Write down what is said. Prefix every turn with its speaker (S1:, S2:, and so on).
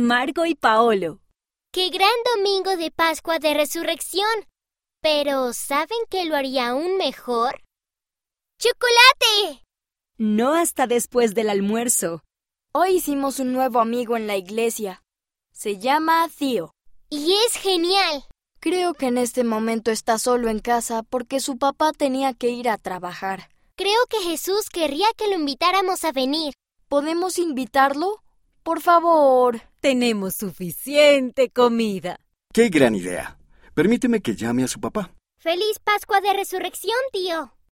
S1: Marco y Paolo.
S2: ¡Qué gran domingo de Pascua de Resurrección! Pero ¿saben qué lo haría aún mejor? ¡Chocolate!
S1: No hasta después del almuerzo.
S3: Hoy hicimos un nuevo amigo en la iglesia. Se llama Theo.
S2: Y es genial.
S3: Creo que en este momento está solo en casa porque su papá tenía que ir a trabajar.
S2: Creo que Jesús querría que lo invitáramos a venir.
S3: ¿Podemos invitarlo? Por favor.
S1: Tenemos suficiente comida.
S4: ¡Qué gran idea! Permíteme que llame a su papá.
S2: ¡Feliz Pascua de Resurrección, tío!